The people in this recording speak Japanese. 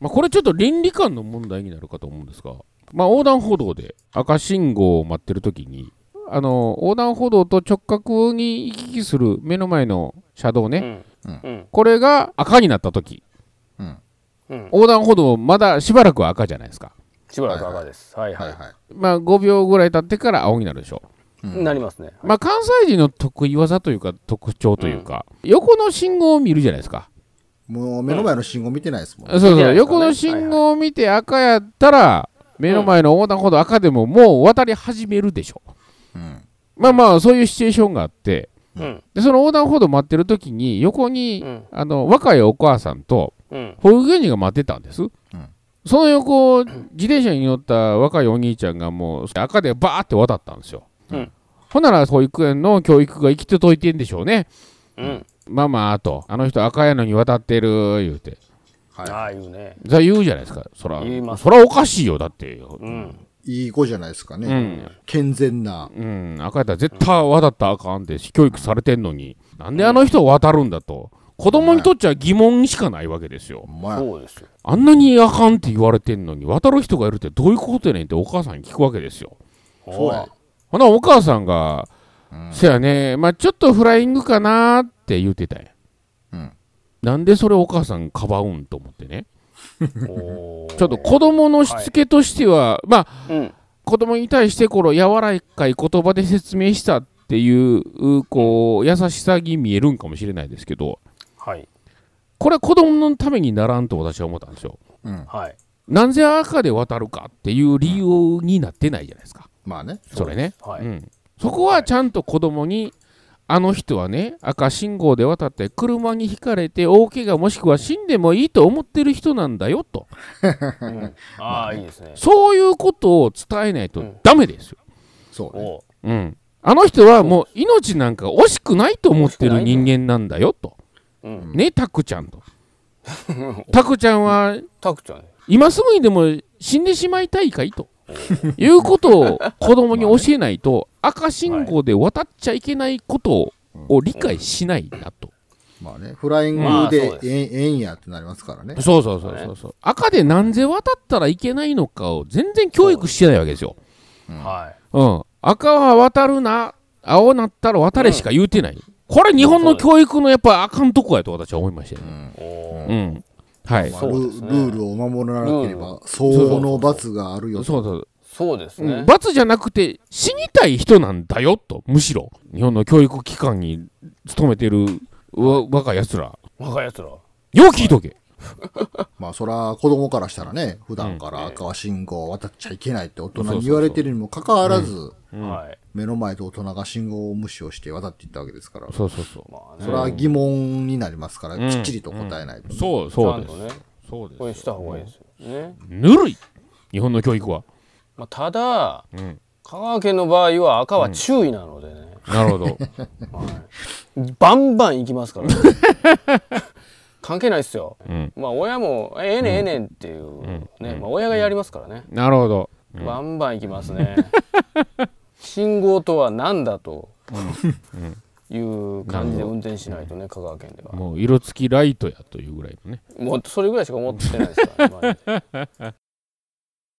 まあ、これちょっと倫理観の問題になるかと思うんですが、まあ、横断歩道で赤信号を待ってる時にあの横断歩道と直角に行き来する目の前の車道ね、うんうんこれが赤になった時うん横断歩道まだしばらくは赤じゃないですかしばらく赤ですはいははいいはい。まあ5秒ぐらい経ってから青になるでしょうんなりますねう、まあ関西人の得意技というか特徴というか、横の信号を見るじゃないですかもう目の前の信号見てないですもん。そうそう、見てないですよね横の信号を見て赤やったら目の前の横断歩道赤でももう渡り始めるでしょうん。まあまあそういうシチュエーションがあってうんでその横断歩道待ってる時に横に、うんあの若いお母さんとうん保育園児が待ってたんです、その横を自転車に乗った若いお兄ちゃんがもう赤でバーって渡ったんですよ、うんほんなら保育園の教育が行き届いてんでしょうねうんママとあの人赤やのに渡ってる言うてはああいうねそれ言うじゃないですかそら言いますそらおかしいよだってうんい。いい子じゃないですかうね。ん、健全な。うん、赤やったら絶対渡ったらあかんって教育されてんのになんであの人を渡るんだと子供にとっちゃ疑問しかないわけですよお前、そうですよあんなにあかんって言われてんのに渡る人がいるってどういうことやねんってお母さんに聞くわけですよそうや。ほなお母さんが、うんせやね、まあ、ちょっとフライングかなーって言ってたんや、うんなんでそれお母さんかばうんと思ってねお ーちょっと子供のしつけとしては、まあうん子供に対してこの柔らかい言葉で説明したっていうこう優しさに見えるんかもしれないですけどはいこれは子供のためにならんと私は思ったんですようん。はいなんで赤で渡るかっていう理由になってないじゃないですかまあね。それねは ういん、そこはちゃんと子供に、あの人はね赤信号で渡って車にひかれて大怪我もしくは死んでもいいと思ってる人なんだよとうんああいいですねそういうことを伝えないとうんダメですよ、そうね。おーうんあの人はもう命なんか惜しくないと思ってる人間なんだよとうんねタクちゃんとタクちゃんはたくちゃんね今すぐにでも死んでしまいたいかいということを子供に教えないと赤信号で渡っちゃいけないことを理解しないなと。まあね。フラインまグあそうでで、すえん、えんやってなりますからね。そうそうそうそうそう。赤で何で渡ったらいけないのかを全然教育してないわけですよ。はうん。赤は渡るな、青なったら渡れしか言うてない。これ日本の教育のやっぱあかんとこやと私は思いましたね。いおーうん。はい。まあそルそうですルねールを守らなければ、相応の罰があるようと。そう。そうですうねん罰じゃなくて死にたい人なんだよとむしろ日本の教育機関に勤めてるわ若いやつらよ若いやつらう聞いとけ、まあそら子供からしたらね、普段から赤は信号を渡っちゃいけないって大人に言われてるにもかかわらず、はい目の前で大人が信号を無視をして渡っていったわけですから、そうそうそうまあねそれは疑問になりますから、うんきっちりと答えないとね。そうちそゃうんでとすねそうですこれした方がいいですよねぬるい日本の教育はまあただうん香川県の場合は赤は注意なのでねなるほどバンバン行きますからね 関係ないっすようんまあ親もええねんええねんっていうねまあ親がやりますからねなるほどバンバン行きますね信号とは何だという感じで運転しないとね香川県ではもう色付きライトやというぐらいのねもうそれぐらいしか思ってないですからね